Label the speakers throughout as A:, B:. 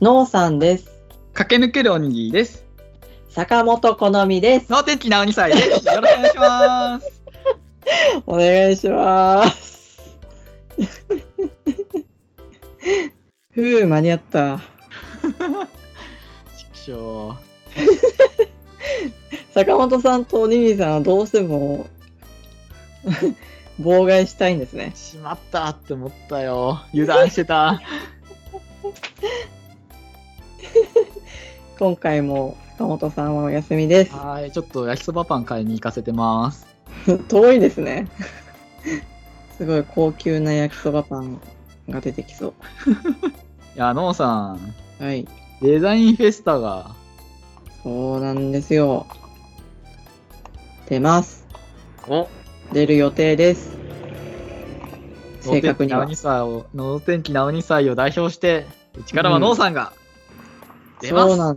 A: のうさんです。
B: 駆け抜けるおにぎりです。
A: 坂本好みです。
B: 脳天気なおにさいです。よろしくお願いします。
A: お願いします。ふう、間に合った。
B: ちくしょ
A: 坂本さんとおにぎりさんはどうしても 妨害したいんですね
B: う。。しまったって思ったよ。油断してた。
A: 今回も坂本さんはお休みです。
B: はい、ちょっと焼きそばパン買いに行かせてます。
A: 遠いですね。 すごい高級な焼きそばパンが出てきそ
B: いや、のうさん、
A: う。はい。
B: デザインフェスタが
A: そうなんですよ。出ます。
B: お
A: 出る予定です。正
B: 脳天
A: 確
B: 気
A: に
B: なお
A: は
B: に。さいを、脳天気なおにさいを代表して、うちからはのうさんが出ます。
A: そうなん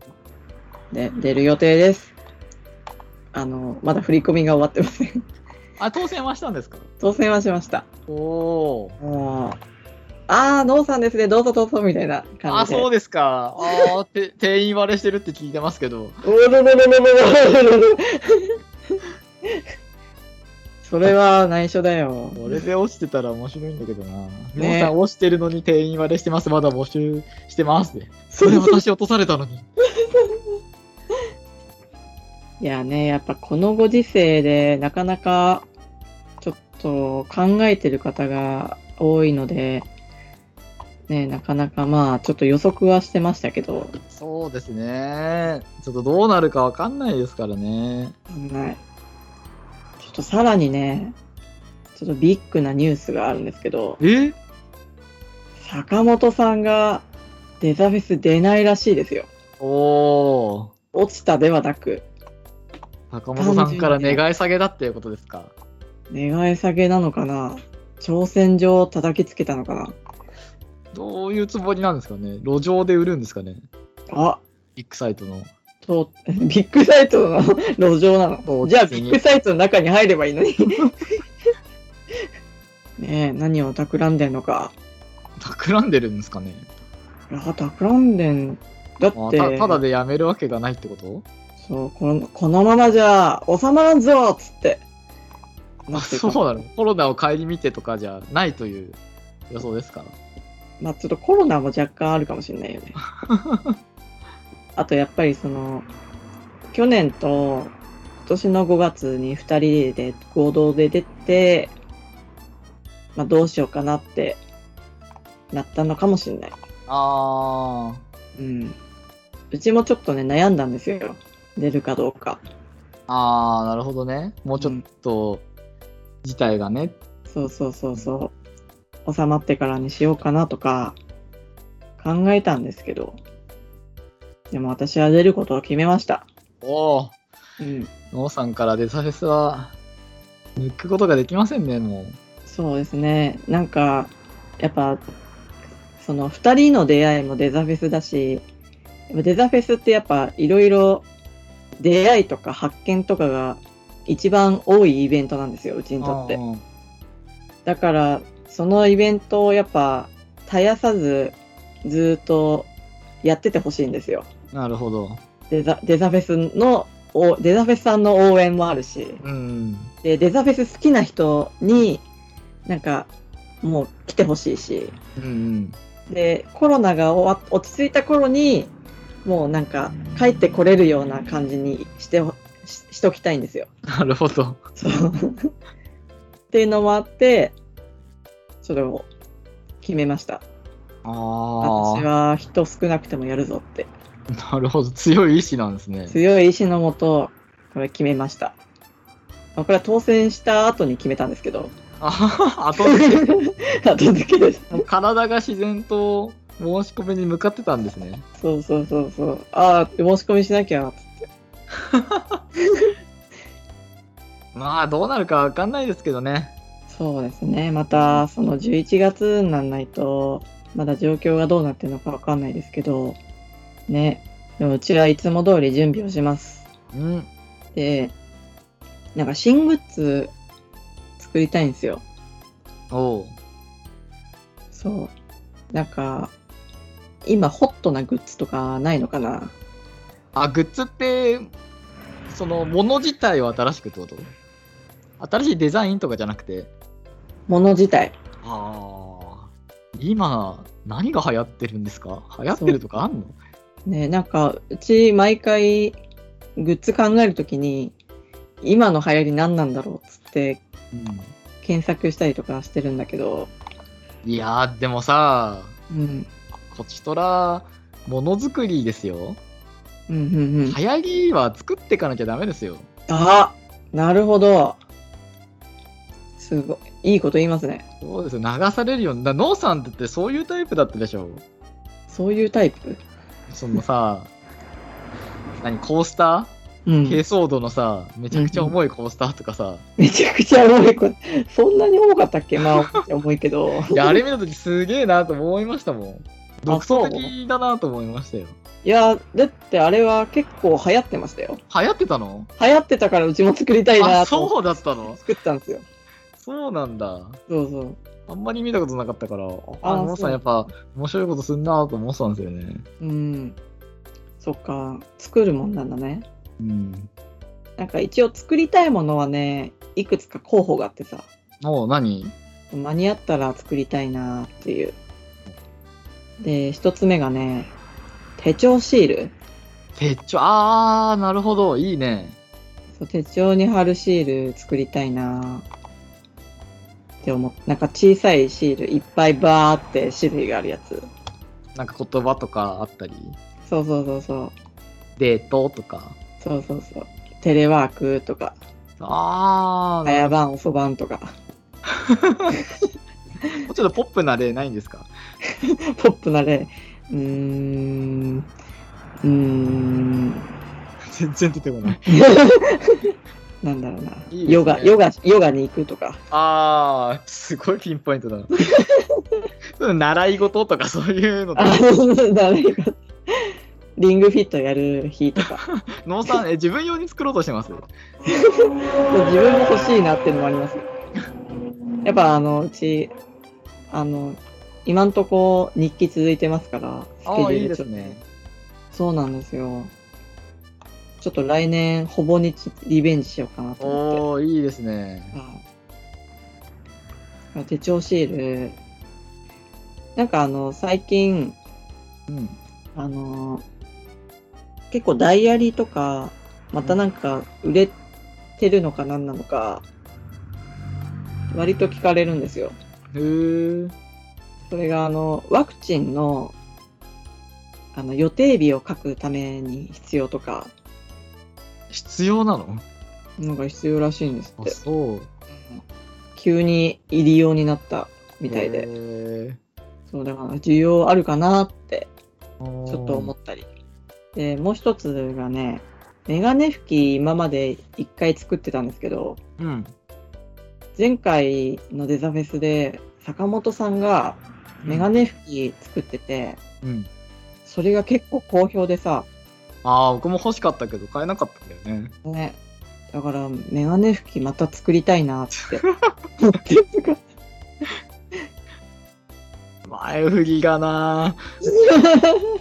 A: で、出る予定です。あの、まだ振り込みが終わってません。
B: あ、当選はしたんですか
A: 当選はしました。
B: おおー。
A: もう、あー、ノーさんですね、どうぞどうぞみたいな
B: あ、
A: 感じで。
B: そうですか。あーて、 店員割れしてるって聞いてますけど。
A: おどどどどどどど それは内緒だよ。
B: これで落ちてたら面白いんだけどな。皆
A: ね
B: さん落ちてるのに店員割れしてます。まだ募集してますね。それ私落とされたのに。
A: いやね、やっぱこのご時世でなかなかちょっと考えてる方が多いので、ね、なかなかまあちょっと予測はしてましたけど、
B: そうですね。ちょっとどうなるかわかんないですからね。
A: はいちょっとさらにね、ちょっとビッグなニュースがあるんですけど、
B: え
A: 坂本さんがデザフェス出ないらしいですよ。
B: おー。
A: 落ちたではなく、
B: 坂本さんから願い下げだっていうことですか。
A: 願い下げなのかな挑戦状を叩きつけたのかな
B: どういうつもりなんですかね。路上で売るんですかね。
A: あ
B: ビッグサイトの。
A: と ビッグサイトの路上なの。じゃあ
B: 別
A: ビ
B: に
A: ッグサイトの中に入ればいいのに。 ねえ、何を企んでんのか。
B: 企んでるんですかね。
A: いや企んでん。だ
B: あ
A: って、
B: たただでやめるわけがないってこと
A: そうこの、このままじゃ収まらんぞっつって。
B: あ、
A: なってる
B: そうなの。コロナを顧みてとかじゃないという予想ですか。
A: まあちょっとコロナも若干あるかもしれないよね。あとやっぱりその、去年と今年の5月に2人で合同で出て、まあどうしようかなってなったのかもしれない。
B: ああ。
A: うん。うちもちょっとね、悩んだんですよ。出るかどうか。
B: ああ、なるほどね。もうちょっと、事態がね。
A: そうそうそうそう。収まってからにしようかなとか、考えたんですけど。でも私は出ることを決めました。
B: おお、
A: うん。
B: ノーさんからデサフェスは、抜くことができませんね、もう。
A: そうですね。なんか、やっぱ、その2人の出会いもデザフェスだし、やっぱデザフェスってやっぱいろいろ出会いとか発見とかが一番多いイベントなんですよ、うちにとって。
B: うん
A: だから、そのイベントをやっぱ絶やさずずーっとやっててほしいんですよ。
B: なるほど。
A: デザデザフェスの、おデザフェスさんの応援もあるし。
B: うん。
A: でデザフェス好きな人になんかもう来てほしいし
B: うんうん。
A: でコロナが終わ落ち着いた頃にもうなんか帰ってこれるような感じにしてほししときたいんですよ。
B: なるほど。
A: そうっていうのもあってそれを決めました。私
B: あ
A: は人少なくてもやるぞって
B: あ。なるほど。強い意志なんですね。
A: 強い意志のもとこれ決めました。まあこれは当選した後に決めたんですけど
B: あはは後
A: 後
B: で
A: 付けです。
B: もう体が自然と申し込みに向かってたんですね。
A: そうそうそうそう。ああ、申し込みしなきゃ。
B: まあ、どうなるかわかんないですけどね。
A: そうですね。また、その11月にならないと、まだ状況がどうなってるのかわかんないですけど、ね。でもうちはいつも通り準備をします。
B: うん。
A: で、なんか新グッズ作りたいんですよ。
B: おう。
A: そう。なんか、今ホットなグッズとかないのかな
B: あ、グッズって、その、もの自体は新しくってこと新しいデザインとかじゃなくて、
A: もの自体。
B: ああ、今、何が流行ってるんですか流行ってるとかあんの
A: ね、なんかうち毎回グッズ考えるときに今の流行り何なんだろうっつって
B: う
A: 検索したりとかしてるんだけど、
B: ん、いやー、でもさ、
A: うん、
B: こちとら、ものづくりですよ。
A: うんうんうん
B: 流行りは作っていかなきゃダメですよ。
A: あなるほどすごいいいこと言いますね
B: そうですよ、流されるように。だノーさんだってそういうタイプだったでしょ。
A: そういうタイプ
B: その さ、何、コースタ
A: う
B: ー軽
A: ん、
B: 装度のさ、めちゃくちゃ重いコースターとかさ、
A: めちゃくちゃ重いこそんなに重かったっけまあ重いけ ど
B: いや、あれ見たときすげえなと思いま したもん。独
A: そ
B: 創
A: う
B: 的だなと思いましたよ。
A: いやだってあれは結構流行ってましたよ
B: 流行ってたの
A: 流行ってたからうちも作りたいな
B: あ、
A: と思っ
B: そうだったの
A: て作ったんですよ
B: そうなんだ。
A: そうそう
B: あんまり見たことなかったから、
A: あ
B: あ、ノー
A: そ
B: さ
A: うん
B: やっぱ面白いことすんなと思ってたんですよね。
A: うん。そっか、作るもんなんだね。
B: うん。
A: なんか一応作りたいものはね、いくつか候補があってさ、
B: もう何
A: 間に合ったら作りたいなっていう。で、一つ目がね、手帳シール。
B: 手帳、あー、なるほど、いいね。
A: そう手帳に貼るシール作りたいなって思って、なんか小さいシールいっぱいバーって種類があるやつ。
B: なんか言葉とかあったり、
A: そうそうそうそう。
B: デートとか。
A: そうそうそう。テレワークとか、
B: あー、
A: 早番、遅番とか、
B: もうちょっとポップな例ないんですか
A: ポップな例。うーん。うーん。
B: 全然出てこない。
A: なんだろうな。
B: いいですね
A: ヨガ、ヨガ、ヨガに行くとか。
B: あー、すごいピンポイントだな。うん習い事とかそういうのと
A: あ、誰か。リングフィットやる日とか。
B: 農さんえ、自分用に作ろうとしてます。
A: 自分も欲しいなっていうのもあります。やっぱあの、うち、あの、今んとこ日記続いてますから、ス
B: ああ、
A: ケジュ
B: いい
A: ールち
B: です
A: ょっと。
B: ね。
A: そうなんですよ。ちょっと来年、ほぼ日リベンジしようかなと思って。
B: おー、いいですね。
A: はい手帳シール、なんかあの、最近、
B: うん。
A: あの、結構ダイアリーとか、またなんか売れてるのか何なのか、割と聞かれるんですよ。
B: へー。
A: それがあの、ワクチンの、あの、予定日を書くために必要とか、
B: 必要なの
A: のが必要らしいんですっ
B: あ、
A: て。
B: そう。
A: 急に入り用になったみたいで。
B: で。
A: そう、だから需要あるかなって
B: ちょ
A: ちょっと思ったり。で、もう一つがね、メガネ拭き今まで一回作ってたんですけど、
B: うん。
A: 前回のデザフェスで坂本さんがメガネ拭き作ってて、
B: うん。
A: それが結構好評でさ、
B: ああ、僕も欲しかったけど買えなかったんだよね。
A: ね、だからメガネ拭きまた作りたい なって思ってるから
B: 前振りがな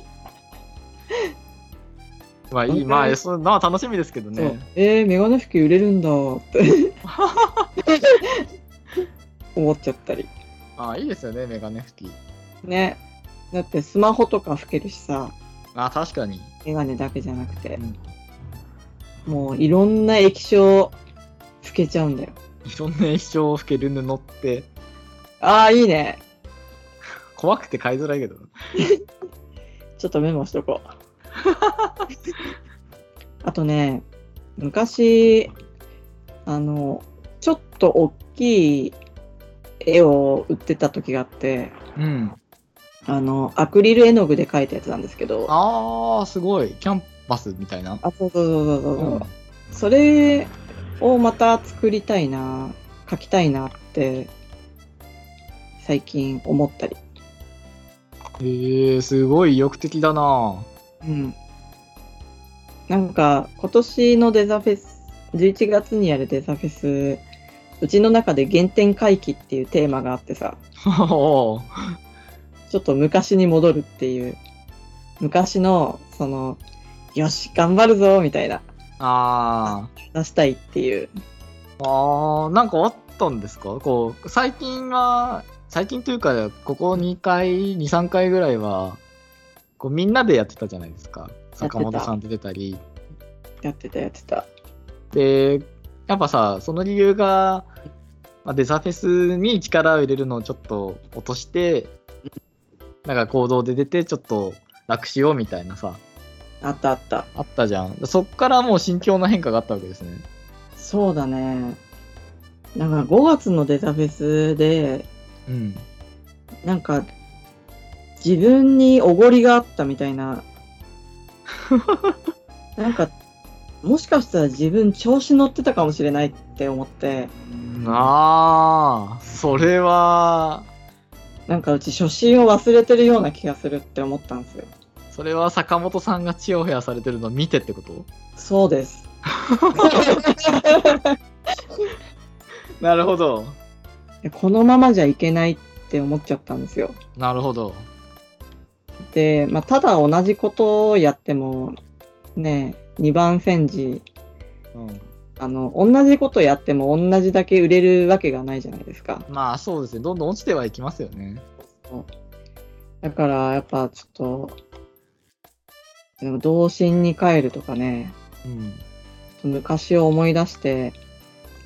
B: ー。まあいい、まあ、そうまあ楽しみですけど
A: そう
B: ね。
A: えー、メガネ拭き売れるんだって 思っちゃったり。
B: ああ、いいですよね、メガネ拭き。
A: ね。だってスマホとか拭けるしさ、
B: ああ、確かに。
A: メガネだけじゃなくて
B: う、ん
A: もういろんな液晶拭けちゃうんだよ。
B: いろんな一生を拭ける布って、
A: ああ、いいね。
B: 怖くて買いづらいけど。
A: ちょっとメモしとこ う。あとね、昔、あの、ちょっと大きい絵を売ってた時があって、
B: うん。
A: あの、アクリル絵の具で描いたやつなんですけど、あ、
B: ああ、すごい。キャンパスみたいな。
A: そうそうそうそう
B: う
A: そう、
B: ん。
A: それをまた作りたいな、描きたいなって、最近思ったり。
B: ええすごい意欲的だな
A: うん。なんか、今年のデザフェス、11月にやるデザフェス、うちの中で原点回帰っていうテーマがあってさ、
B: ぁ。
A: ちょっと昔に戻るっていう昔の、その、よし、頑張るぞ、みたいな、
B: あ
A: 出したいっていう。
B: あ。ああ、なんかあったんですかこう、最近は、最近というか、ここ2回、2、3回ぐらいは、こうみんなでやってたじゃないですか。坂本さん出てたり。
A: やってた、やってた。
B: で、やっぱさ、その理由が、まあ、デザフェスに力を入れるのをちょっと落として、なんか行動で出て、ちょっと楽しようみたいなさ、
A: あったあった。
B: あったじゃん。そっからもう心境の変化があったわけですね。
A: そうだね。なんか5月のデータフェスで、
B: うん。
A: なんか、自分におごりがあったみたいな。なんか、もしかしたら自分調子乗ってたかもしれないって思って、
B: ああ、それは、
A: なんかうち初心を忘れてるような気がするって思ったんですよ。
B: それは坂本さんがチヤホヤされてるのを見てってこと
A: そうです。
B: なるほど。
A: このままじゃいけないって思っちゃったんですよ。
B: なるほど。
A: で、まあ、ただ同じことをやっても、ね、2番煎じ、
B: うん、
A: あの、同じことやっても同じだけ売れるわけがないじゃないですか。
B: まあそうですね。どんどん落ちてはいきますよね。
A: だから、やっぱちょっと、でも童心に帰るとかね、
B: うん。
A: 昔を思い出して、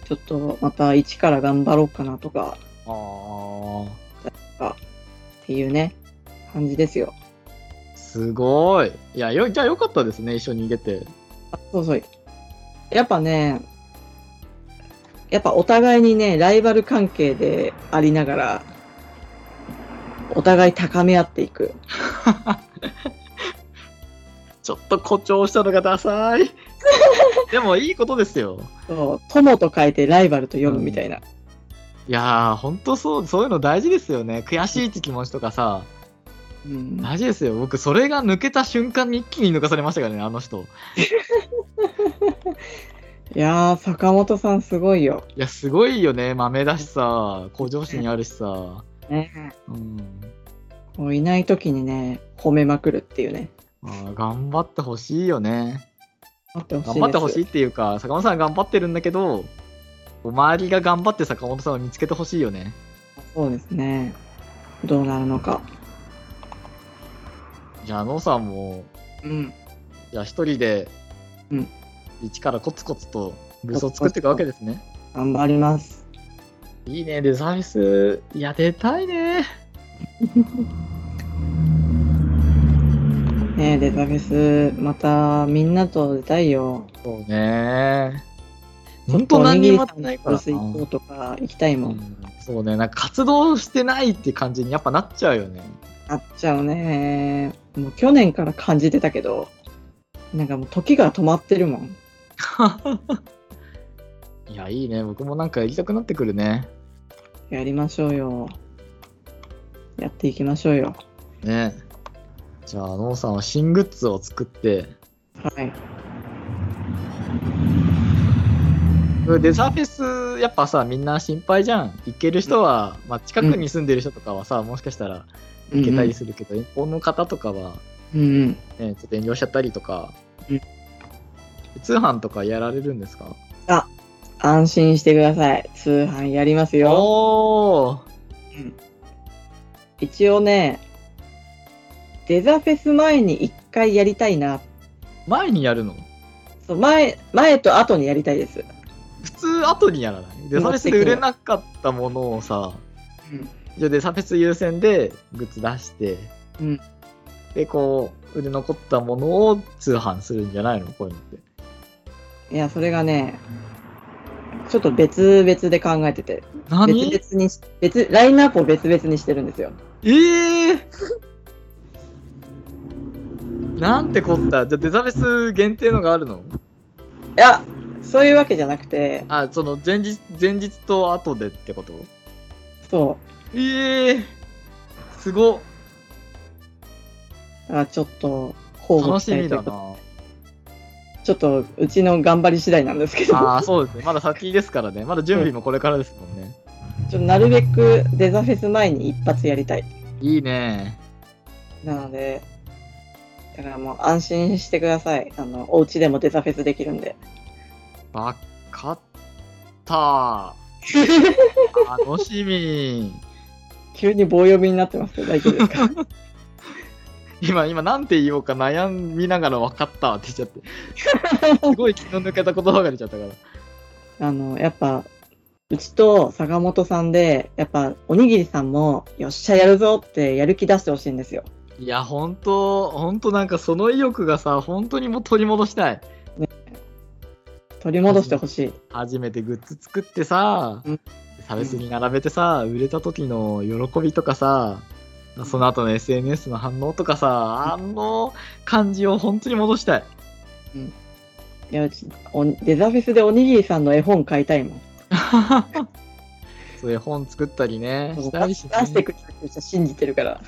A: ちょっとまた一から頑張ろうかなとか
B: あ
A: っていうね、感じですよ。
B: あ、すごい。いや、よ、じゃあよかったですね。一緒に出て。
A: そうそう。やっぱね、やっぱお互いにね、ライバル関係でありながら、お互い高め合っていく。
B: ちょっと誇張したのがダサい。でもいいことですよ。
A: そう、友と書いてライバルと読むみたいな。
B: いやー、ほんとそう、そういうの大事ですよね。悔しいって気持ちとかさ、
A: うん
B: 大事ですよ。僕、それが抜けた瞬間に一気に抜かされましたからね、あの人。
A: いやー、坂本さんすごいよ。
B: いや、すごいよね。豆だしさ、向上心あるしさ。
A: ね、
B: うん。
A: もういない時にね、褒めまくるっていうね。
B: まあ、頑張ってほしいよね。
A: 頑張ってほしいです。
B: 頑張ってほしいっていうか、坂本さんは頑張ってるんだけど、周りが頑張って坂本さんを見つけてほしいよね。
A: そうですね。どうなるのか。
B: じゃあ、ノーさんも、
A: うん。
B: じゃあ一人で、
A: うん
B: 一からコツコツとブースを作っていくわけですね。
A: 頑張ります。
B: いいね、デザインス。いや、出たいね。
A: ねえ、デザフェス、またみんなと出たいよ。
B: そうね。本当何にもやってないから
A: おにぎりさんのブース行こうとか行きたいもん。
B: うんそうね、なんか活動してないって感じにやっぱなっちゃうよね。
A: なっちゃうね。もう去年から感じてたけど、なんかもう時が止まってるもん。
B: いや、いいね。僕もなんかやりたくなってくるね。
A: やりましょうよ。やっていきましょうよ。
B: ね。じゃあ、ノーさんは新グッズを作って、
A: はい。
B: デザフェス、やっぱさ、みんな心配じゃん。行ける人は、まあ、近くに住んでる人とかはさ、もしかしたら行けたりするけど、遠方の方とかは、
A: うんうん。
B: ね、ちょっと遠慮しちゃったりとか、
A: うん
B: 通販とかやられるんですか
A: 安心してください。通販やりますよ。
B: おー
A: 一応ね、デザフェス前に一回やりたいな。
B: 前にやるの
A: そう前、前と後にやりたいです。
B: 普通後にやらないデザフェスで売れなかったものをさ、
A: うん
B: じゃあデザフェス優先でグッズ出して、
A: うん
B: で、こう、売れ残ったものを通販するんじゃないのこういうのって。
A: いや、それがね、ちょっと別々で考えてて、
B: 何
A: 別々にし、別、ラインナップを別々にしてるんですよ。
B: ええなんてこった。じゃあデザフェス限定のがあるの
A: いや、そういうわけじゃなくて、
B: あ、その前日、前日と後でってこと
A: そ
B: ええすごっ
A: う、だからちょっと、交互
B: 楽
A: 期
B: しみ
A: 待とい
B: だ
A: うか、
B: な。
A: ちょっと、うちの頑張り次第なんですけど、
B: ああ、そうですね。まだ先ですからね。まだ準備もこれからですもんね。
A: ちょっとなるべくデザフェス前に一発やりたい。
B: いいね。
A: なので、だからもう安心してください。あの、お家でもデザフェスできるん で。
B: わかった。楽しみ。
A: 急に棒呼びになってますけど、大丈夫ですか
B: 今、今、なんて言おうか悩みながら分かったって言っちゃ って。すごい気の抜けた言葉が出ちゃったから。
A: あの、やっぱ、うちと坂本さんで、やっぱ、おにぎりさんも、よっしゃやるぞってやる気出してほしいんですよ。
B: いや、本当本当なんかその意欲がさ、本当にもう取り戻したい。
A: 取り戻してほしい。
B: 初めてグッズ作ってさ、
A: うん
B: 差別に並べてさ、売れた時の喜びとかさ、その後の SNS の反応とかさ、あの感じを本当に戻したい。
A: いや、うちおデザフェスでおにぎりさんの絵本買いたいもん。
B: そういう本作ったりね、した
A: 出
B: いし、
A: し
B: ね
A: 出。してくれる人信じてるから。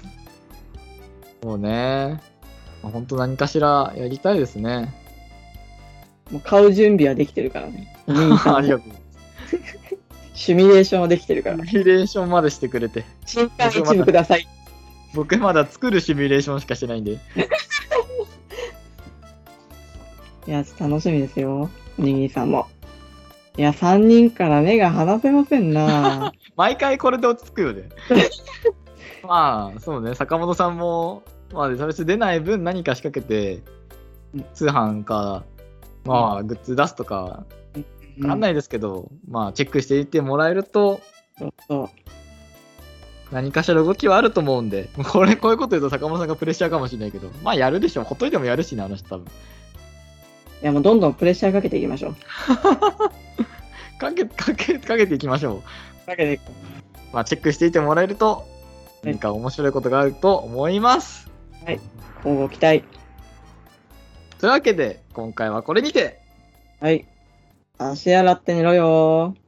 B: そうね。まあ本当何かしらやりたいですね。
A: もう買う準備はできてるから ね。おにぎりさん
B: あ
A: も
B: りがとうござい
A: シミュレーションはできてるか
B: ま
A: ら。
B: す。シミュレーションまでしてくれて。
A: 新刊一部ください。
B: 僕まだ作るシミュレーションしかしてないんで。
A: いや、楽しみですよ。おにぎりさんも。いや、3人から目が離せません な
B: 毎回これで落ち着くよね。 まあ、そうね、坂本さんも、まあ、デサ別出ない分何か仕掛けて
A: うん、。
B: 通販か、まあ、グッズ出すとか、わかんないいですけど、まあ、チェックしていってもらえると、
A: そうそう。
B: 何かしら動きはあると思うんで、 これ、こういうこと言うと坂本さんがプレッシャーかもしれないけど、まあ、やるでしょ。ほっといてもやるしね、あの人多分。
A: いや、もうどんどんプレッシャーかけていきましょう。
B: かけ、 かけ、かけていきましょう。
A: かけていく。
B: まあ、チェックしていってもらえると、
A: い
B: 何か面白いことがあると思います。
A: 今後期待。
B: というわけで、今回はこれにて、
A: はい。足洗って寝ろよー。